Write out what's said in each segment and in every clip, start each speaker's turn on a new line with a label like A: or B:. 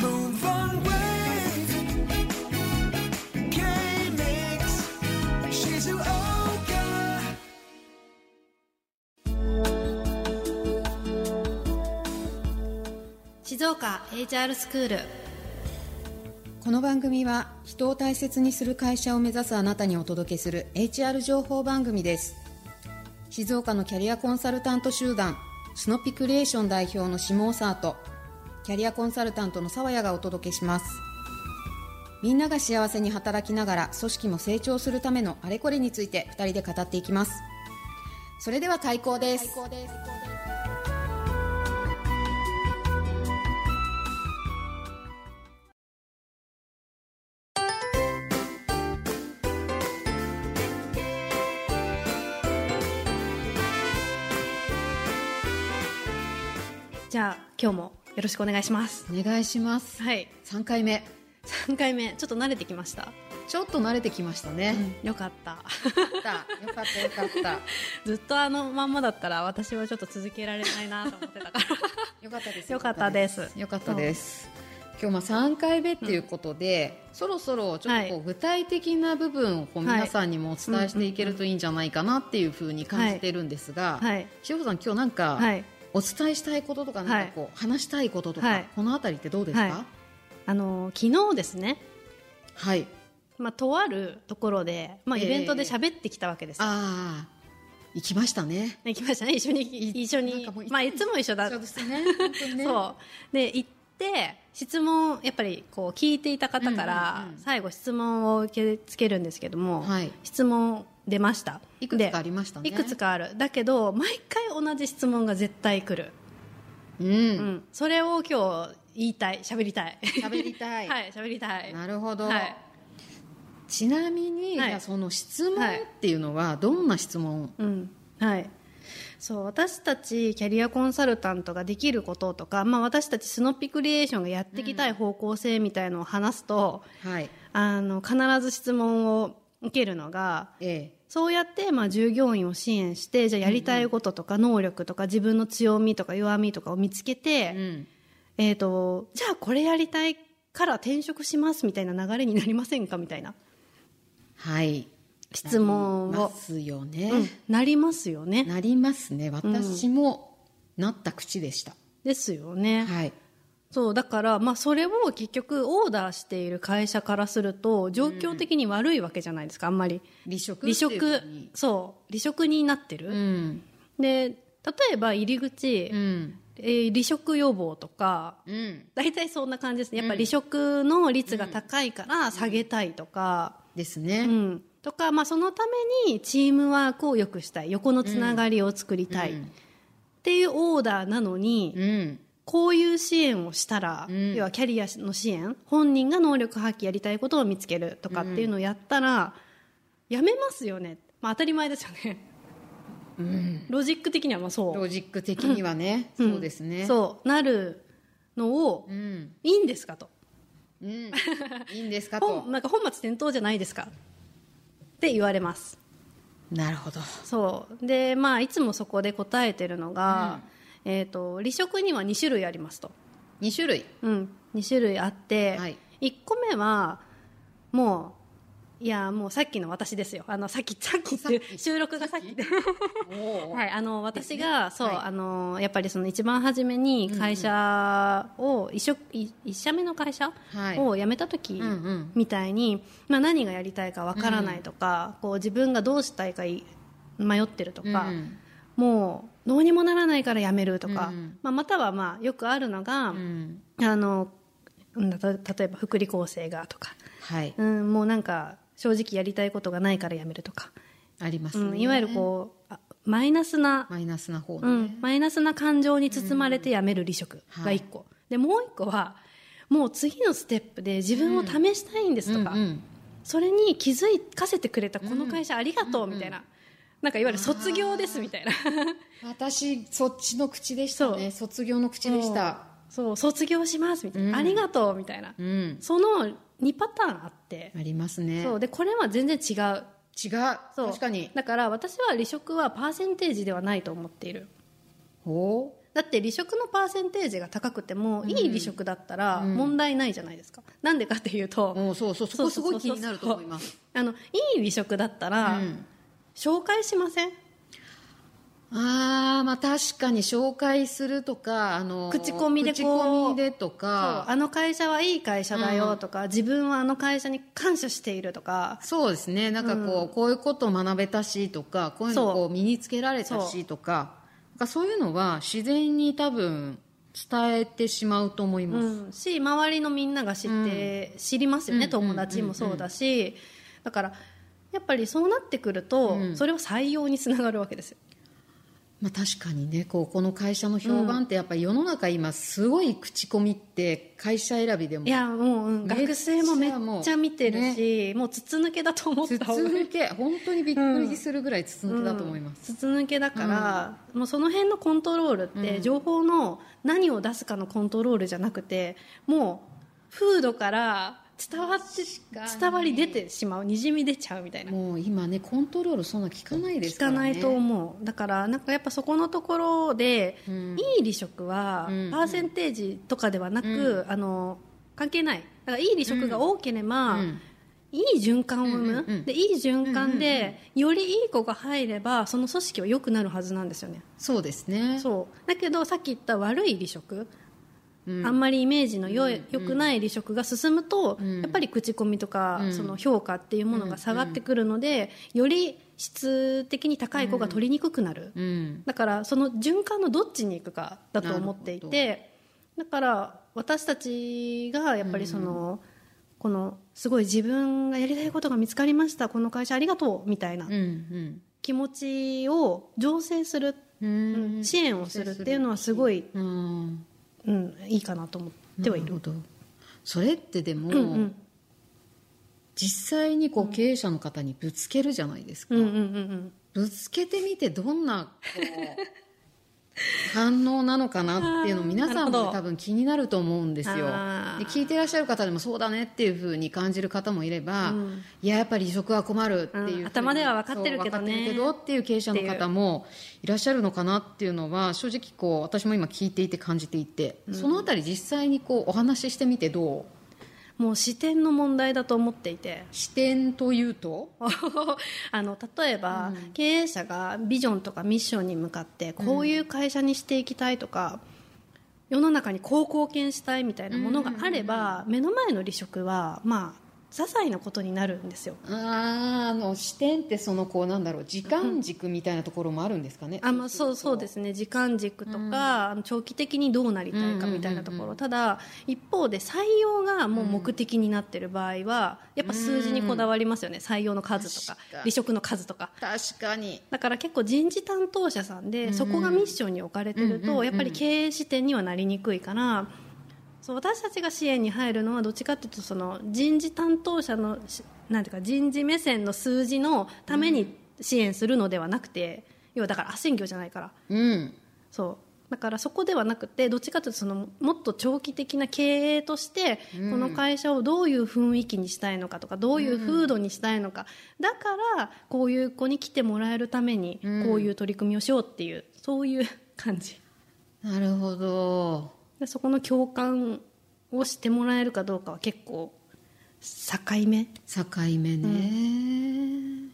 A: Move on wave. K-Mix. Shizuoka.
B: 静岡 HR スクール
C: この番組は人を大切にする会社を目指すあなたにお届けする HR 情報番組です静岡のキャリアコンサルタント集団スノピクリエーション代表の下尾サーとキャリアコンサルタントの沢谷がお届けしますみんなが幸せに働きながら組織も成長するためのあれこれについて2人で語っていきますそれでは開講です
B: じゃあ今日もよろしくお願いします
C: お願いします
B: はい
C: 3回目
B: 3回目ちょっと慣れてきました
C: ちょっと慣れてきましたね、
B: よかった
C: よかったよかったよかった
B: ずっとあのまんまだったら私はちょっと続けられないなと思ってたから
C: よかったです。
B: よかったです
C: よかったです。今日まあ三回目っていうことで、そろそろちょっとこ
B: は
C: う具体的な部分をこう
B: はい
C: 皆さんにもお伝えしていけるといいんじゃないかなっていうふうに感じてるんですが、
B: はい
C: しほさん今日なんか
B: はい
C: お伝えしたいこととかなんかこう話したいこととか、
B: はい
C: このあたりってどうですか？
B: あの昨日ですね
C: はい。
B: まあとあるところでまあ
C: ええ
B: イベントで喋ってきたわけです、
C: ああ行きましたね。
B: 行きましたね一緒に
C: い
B: 一緒
C: なん
B: に
C: かもう
B: まあいつも一緒だ
C: そうです ね。本当にね
B: そうで行って質問やっぱりこう聞いていた方から
C: うんうんうん
B: 最後質問を受け付けるんですけども、
C: はい
B: 質問出ました
C: いくつかありましたね。
B: いくつ。かあるだけど毎回同じ質問が絶対来る、
C: う。
B: うんん、それを今日言いたい喋りたい
C: 喋りたい。
B: はい喋りたい
C: なるほど。
B: はい
C: ちなみに、
B: はい
C: じゃあその質問っていうのはどんな質問、
B: うんはい、そう私たちキャリアコンサルタントができることとか、まあ、私たちスノッピクリエーションがやっていきたい方向性みたいのを話すと、
C: はい
B: あの必ず質問を受けるのが
C: え
B: そうやってまあ従業員を支援してじゃあやりたいこととか能力とか自分の強みとか弱みとかを見つけて
C: え、うん、
B: えー、とじゃあこれやりたいから転職しますみたいな流れになりませんかみたいな
C: はい
B: 質問を
C: なりますよね、
B: うんなりますよね。
C: なりますね私もなった口でした、
B: ですよね。
C: はい
B: そうだから、まあ、それを結局オーダーしている会社からすると状況的に悪いわけじゃないですか、あんまり
C: 離
B: 離
C: 職っていう
B: 職
C: ふうに
B: そう離職になってる、
C: うん
B: で例えば入り口、
C: うん
B: えー離職予防とか
C: うん
B: 大体そんな感じですねやっぱ離職の率が高いから下げたいとか、
C: ですね、
B: うん、とか、まあ、そのためにチームワークを良くしたい横のつながりを作りたい、
C: うん
B: っていうオーダーなのに、
C: うん
B: こういう支援をしたら、
C: うん
B: 要はキャリアの支援本人が能力発揮やりたいことを見つけるとかっていうのをやったら、やめますよね、まあ、当たり前ですよね、ロジック的にはまあそう
C: ロジック的にはね、
B: うん
C: そうですねう
B: そうなるのを、
C: うん
B: いいんですかと
C: うん、いいんですかと
B: 本なんか本末転倒じゃないですかって言われます
C: なるほど
B: そうでまあいつもそこで答えてるのが、えー、と離職には2種類ありますと、
C: 2種類
B: うん、2種類あって、
C: はい
B: 1個目はもういやもうさっきの私ですよあのさっきさっきって
C: さっき
B: 収録がさっきで
C: お お、
B: はい、あの私が、そう、
C: はい
B: あのやっぱりその一番初めに会社を一緒、い一社目の会社
C: はい
B: を辞めた時
C: うんうん
B: みたいに、まあ、何がやりたいかわからないとか、こう自分がどうしたいかい迷ってるとか、
C: うん
B: もうどうにもならないから辞めるとか、
C: うんうん
B: まあ、またはまあよくあるのが、
C: うん、
B: あのうんた例えば福利厚生がとか、
C: はい
B: うん、もうなんか正直やりたいことがないから辞めるとか、
C: あります
B: う
C: ね、
B: ん、いわゆるこうあマイナスな
C: マイナスな方ね、
B: うん、マイナスな感情に包まれてやめる離職が1個、でもう1個はもう次のステップで自分を試したいんですとか、
C: うんうん
B: それに気づかせてくれたこの会社ありがとうみたいな、なんかいわゆる卒業ですみたいな
C: 私そっちの口でしたね卒業の口でした
B: そう卒業しますみたいな、
C: うん
B: ありがとうみたいな、
C: うん
B: その2パターンあって、
C: ありますね
B: そうでこれは全然違う
C: 違う
B: そう
C: 確かに
B: だから私は離職はパーセンテージではないと思っている
C: ほ
B: だって離職のパーセンテージが高くても、いい離職だったら
C: ん
B: 問題ないじゃないですか、なんでかっていうと、
C: もうそうそうそこすごい気になると思います
B: あのいい離職だった
C: う
B: ら、
C: ん
B: 紹介しません
C: あーまあ確かに紹介するとかあの
B: 口コミで
C: 口
B: こう
C: コミでとか
B: あの会社はいい会社だよとか、自分はあの会社に感謝しているとか
C: そうですねなんかこう、こういうことを学べたしとかこういうのをこ
B: そう
C: 身につけられた
B: そ
C: しとかなんかそういうのは自然に多分伝えてしまうと思います、
B: うん、し周りのみんなが知って、知りますよね、
C: うん
B: 友達もそうだし、だからやっぱりそうなってくると、
C: うん
B: それは採用につながるわけですよ
C: まあ、確かにねこうこの会社の評判ってやっぱり世の中今すごい口コミって会社選びでも
B: いやもう、うん
C: めっちゃ
B: 学生もめっちゃ見てるしもう筒抜けだと思っ
C: 筒
B: た方がいい
C: 抜け本当にびっくりするぐらい筒抜けだと思います、
B: 筒抜けだから、もうその辺のコントロールって、情報の何を出すかのコントロールじゃなくてもう風土から伝わって
C: 確かに
B: 伝わり出てしまうにじみ出ちゃうみたいな
C: もう今ねコントロールそんな効かないで
B: 聞
C: すか、
B: から
C: ね、
B: ないと思うだからなんかやっぱそこのところで、
C: うん
B: いい離職は
C: うん
B: パーセンテージとかではなく、あの関係ないだからいい離職が多ければ、
C: うん
B: いい循環を生む、
C: うんうんうん
B: でいい循環で、よりいい子が入ればその組織は良くなるはずなんですよね
C: そうですね
B: そうだけどさっき言った悪い離職、
C: うん
B: あんまりイメージの良い良くない離職が進むと、
C: うん
B: やっぱり口コミとか、
C: うん
B: その評価っていうものが下がってくるので、より質的に高い子が取りにくくなる、
C: うん
B: だからその循環のどっちに行くかだと思っていてだから私たちがやっぱりその、このすごい自分がやりたいことが見つかりましたこの会社ありがとうみたいな
C: うん
B: 気持ちを醸成する、
C: う
B: うん
C: ん
B: 支援をするっていうのはすごい、
C: うん
B: うん、いいかなと思ってはい
C: なる
B: る。
C: ほどそれってでも、
B: うんうん
C: 実際にこう経営者の方にぶつけるじゃないですか、
B: うんうんうん
C: ぶつけてみてどんなこう反応なのかなっていうの皆 さん
B: なる
C: も
B: ほ
C: ね
B: ど
C: 多分気になると思うんですよで
B: あー
C: 聞いてらっしゃる方でもそうだねっていうふうに感じる方もいれば、
B: うん
C: いややっぱり離職は困るっていうふうに、
B: うん頭では分かってるけどね
C: そう分かってるけどっていう経営者の方もいらっしゃるのかなっていうのは正直こう私も今聞いていて感じていて、そのあたり実際にこうお話ししてみてどう
B: もう視点の問題だと思っていて
C: 視点というと
B: あの例えば、経営者がビジョンとかミッションに向かってこういう会社にしていきたいとか、世の中にこう貢献したいみたいなものがあれば、目の前の離職はまあ些細なことになるんですよ
C: あーあの視点ってそのこうなんだろう時間軸みたいなところもあるんですかね、
B: あまあ、そうそうですね時間軸とか、あの長期的にどうなりたいかみたいなところ、ただ一方で採用がもう目的になってる場合はやっぱ数字にこだわりますよね採用の数とか
C: 確かに
B: 離職の数とか
C: 確かに
B: だから結構人事担当者さんで、そこがミッションに置かれてると、
C: うんうんうん
B: やっぱり経営視点にはなりにくいからそう私たちが支援に入るのはどっちかっていうとその人事担当者のしなんていうか人事目線の数字のために支援するのではなくて、要はだから斡旋業じゃないから
C: うん
B: そうだからそこではなくてどっちかというとそのもっと長期的な経営として、この会社をどういう雰囲気にしたいのかとかどういう風土にしたいのか、だからこういう子に来てもらえるために
C: うん
B: こういう取り組みをしようっていう、そういう感じ
C: なるほど
B: でそこの共感をしてもらえるかどうかは結構境目
C: 境目ね、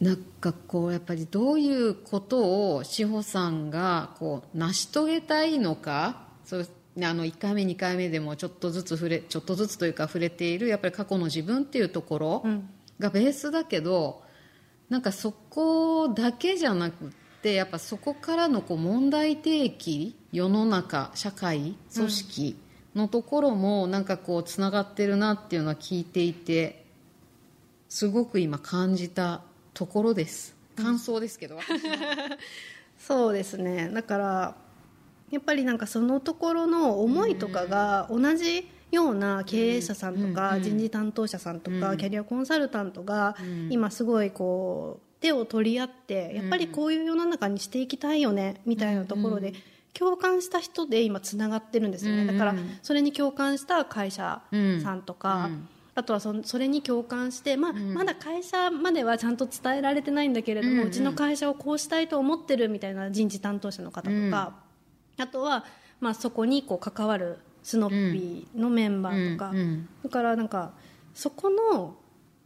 C: なんかこうやっぱりどういうことを志保さんがこう成し遂げたいのかそうあの1回目2回目でもちょっとずつ触れちょっとずつというか触れているやっぱり過去の自分っていうところ
B: うん
C: がベースだけど、なんかそこだけじゃなくってやっぱそこからのこう問題提起世の中社会組織のところもなんかこうつながってるなっていうのは聞いていてすごく今感じたところです感想ですけど、
B: そうですねだからやっぱりなんかそのところの思いとかが同じような経営者さんと
C: うん
B: か
C: うん
B: 人事担当者さんとかキャリアコンサルタントが
C: うん
B: 今すごいこう手を取り合ってやっぱりこういう世の中にしていきたいよねみたいなところで共感した人で今つながってるんですよ
C: う
B: ね
C: んうん
B: だからそれに共感した会社さんと
C: う
B: か
C: んうん
B: ああとはそのそれに共感して、まあまだ会社まではちゃんと伝えられてないんだけれども、う
C: うんうん
B: ちの会社をこうしたいと思ってるみたいな人事担当者の方とか、あとは、まあ、そこにこう関わるスノッピーのメンバーとか、
C: うんうん
B: だからなんかそこの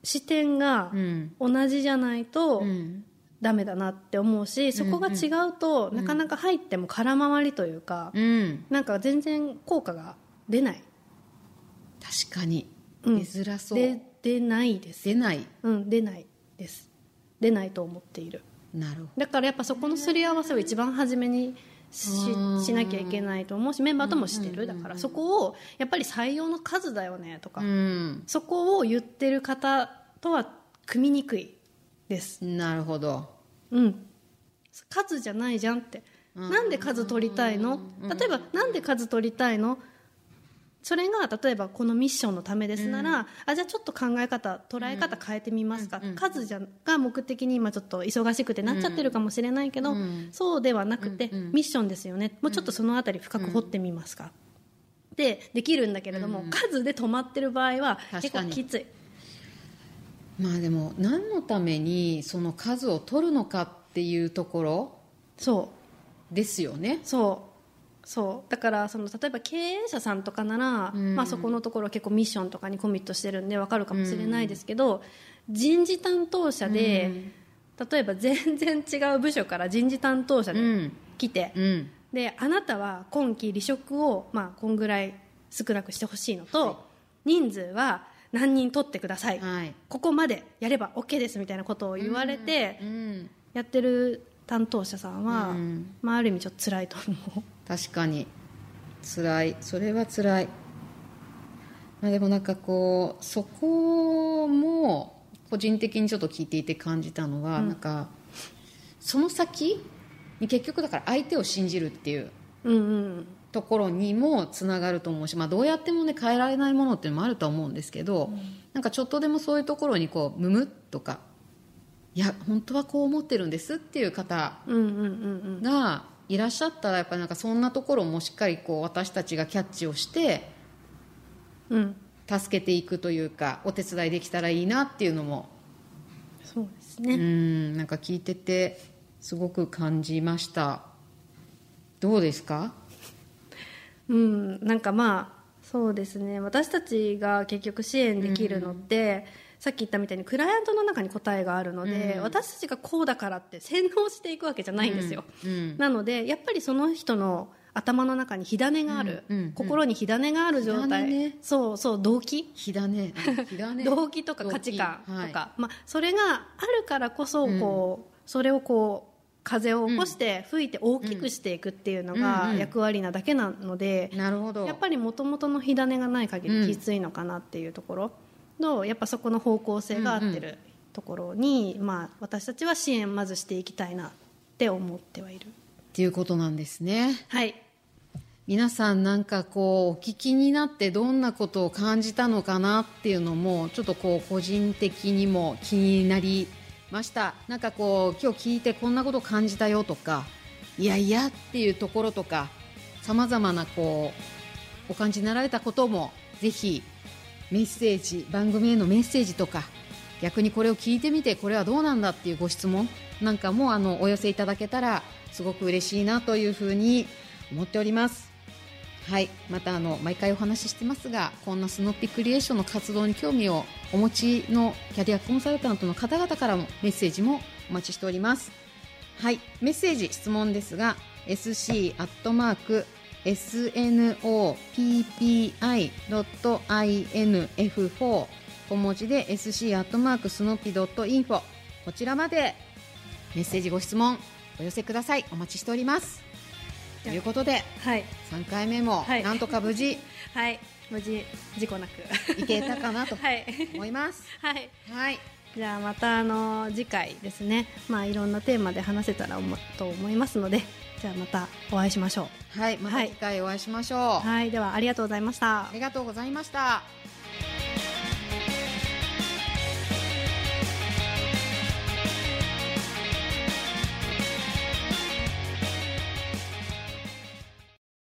B: 視点が
C: うん
B: 同じじゃないと、
C: うん
B: ダメだなって思うしそこが違うと、なかなか入っても空回りというか、
C: うん
B: なんか全然効果が出ない
C: 確かに
B: うん
C: 出づらそう、
B: で出ないです
C: 出ない
B: うん出ないです出ないと思っている
C: なるほ
B: だからやっぱそこのすり合わせを一番初めにししなきゃいけないと思うしメンバーともしてるだからそこをやっぱり採用の数だよねとか、
C: どうん
B: そこを言ってる方とは組みにくいです
C: なるほど
B: うん、数じゃないじゃんって、
C: うん
B: なんで数取りたいの、例えばなんで数取りたいのそれが例えばこのミッションのためですなら、あじゃあちょっと考え方捉え方変えてみますか、数じゃが目的に今ちょっと忙しくてなっちゃってるかもしれないけど、そうではなくて、ミッションですよねもうちょっとそのあたり深く掘ってみますか、でできるんだけれども、数で止まってる場合は結
C: 確か
B: 構
C: に
B: きつい
C: まあでも何のためにその数を取るのかっていうところ
B: そう
C: ですよね
B: そうそうだからその例えば経営者さんとかなら、まあ、そこのところ結構ミッションとかにコミットしてるんでわかるかもしれないですけど、人事担当者で、例えば全然違う部署から人事担当者
C: う
B: で
C: ん
B: 来て、
C: うん
B: であなたは今期離職を、まあ、こんぐらい少なくしてほしいのと、人数は何人取ってください、
C: はい
B: ここまでやれば OK ですみたいなことを言われて、
C: うん
B: やってる担当者さんは、
C: うん
B: まあ、ある意味ちょっと辛いと思う。
C: 確かに辛いそれは辛いまあでもなんかこうそこも個人的にちょっと聞いていて感じたのは、なんかその先に結局だから相手を信じるっていう
B: うんうん
C: ところにもつながると思うし、まあ、どうやっても、ね、変えられないものっていうのもあると思うんですけど、なんかちょっとでもそういうところにこうむむっとかいや本当はこう思ってるんですっていう方
B: うんうんうん
C: がいらっしゃったらやっぱなんかそんなところもしっかりこう私たちがキャッチをして
B: うんうん
C: 助けていくというかお手伝いできたらいいなっていうのも
B: そうです
C: う
B: ね、
C: んなんか聞いててすごく感じましたどうですか
B: うん、なんかまあそうですね私たちが結局支援できるのって、さっき言ったみたいにクライアントの中に答えがあるので、私たちがこうだからって洗脳していくわけじゃないんですよ、
C: うん
B: なのでやっぱりその人の頭の中に火種がある、
C: うんうんうん
B: 心に火種がある状態、
C: 火種ね
B: そうそう動機
C: 火だね 火だね
B: 動機とか価値観とか、
C: はい
B: まあ、それがあるからこそこう、それをこう風を起こして吹いて大きくしていくっていうの
C: うん
B: が
C: うん
B: 役割なだけなので、
C: なるほど
B: やっぱりもともとの火種がない限
C: うん
B: りきついのかなっていうところと、やっぱそこの方向性が合ってるところに、まあ、私たちは支援まずしていきたいなって思ってはいる。
C: っていうことなんですね
B: はい
C: 皆さんなんかこうお聞きになってどんなことを感じたのかなっていうのもちょっとこう個人的にも気になりましたなんかこう今日聞いてこんなこと感じたよとかいやいやっていうところとかさまざまなこうお感じになられたこともぜひメッセージ番組へのメッセージとか逆にこれを聞いてみてこれはどうなんだっていうご質問なんかもあのお寄せいただけたらすごく嬉しいなというふうに思っておりますはいまたあの毎回お話ししてますがこんなスノッピクリエーションの活動に興味をお持ちのキャリアコンサルタントの方々からもメッセージもお待ちしておりますはい、メッセージ質問ですが sc アットマーク snoppi.info 小文字で sc アットマークスノピ .info こちらまでメッセージご質問お寄せくださいお待ちしておりますということで
B: はい
C: 3回目も
B: はい
C: なんとか無事
B: はい無事事 故なく
C: いけたかな と
B: はい
C: 思います、
B: はい
C: はい
B: じゃあまたあの次回ですね、まあ、いろんなテーマで話せたらおもと思いますのでじゃあまたお会いしましょう
C: はい、また次回お会いしましょう、
B: はいではありがとうございました
C: ありがとうございました